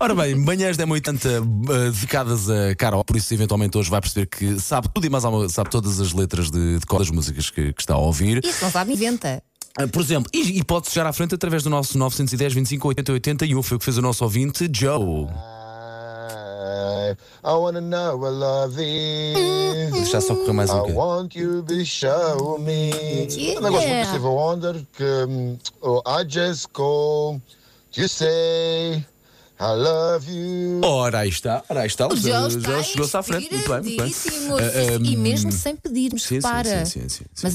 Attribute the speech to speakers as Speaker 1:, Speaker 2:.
Speaker 1: Ora bem, manhãs da 80 dedicadas a Carol, por isso eventualmente hoje vai perceber que sabe tudo e mais alguma, sabe todas as letras de, de cor das músicas que, que está a ouvir.
Speaker 2: Isso não sabe, inventa.
Speaker 1: Ah, Por exemplo, e, e pode chegar à frente através do nosso 910 25 80 81, foi o que fez o nosso ouvinte, Joe.
Speaker 3: I, I wanna know I love you.
Speaker 1: Deixa só correr mais um
Speaker 3: I
Speaker 1: bocadinho.
Speaker 3: want you to show me.
Speaker 2: Yeah.
Speaker 3: Um negócio muito Steve Wonder que hum, oh, I just call to say I love you.
Speaker 1: Ora, aí está, ora, aí está.
Speaker 2: O Joel está
Speaker 1: chegou-se à frente. Muito bem, muito bem.
Speaker 2: inspiradíssimo.
Speaker 1: Ah, ah,
Speaker 2: E mesmo sem pedirmos,
Speaker 1: sim, sim,
Speaker 2: para.
Speaker 1: sim, sim, sim, sim.
Speaker 2: Mas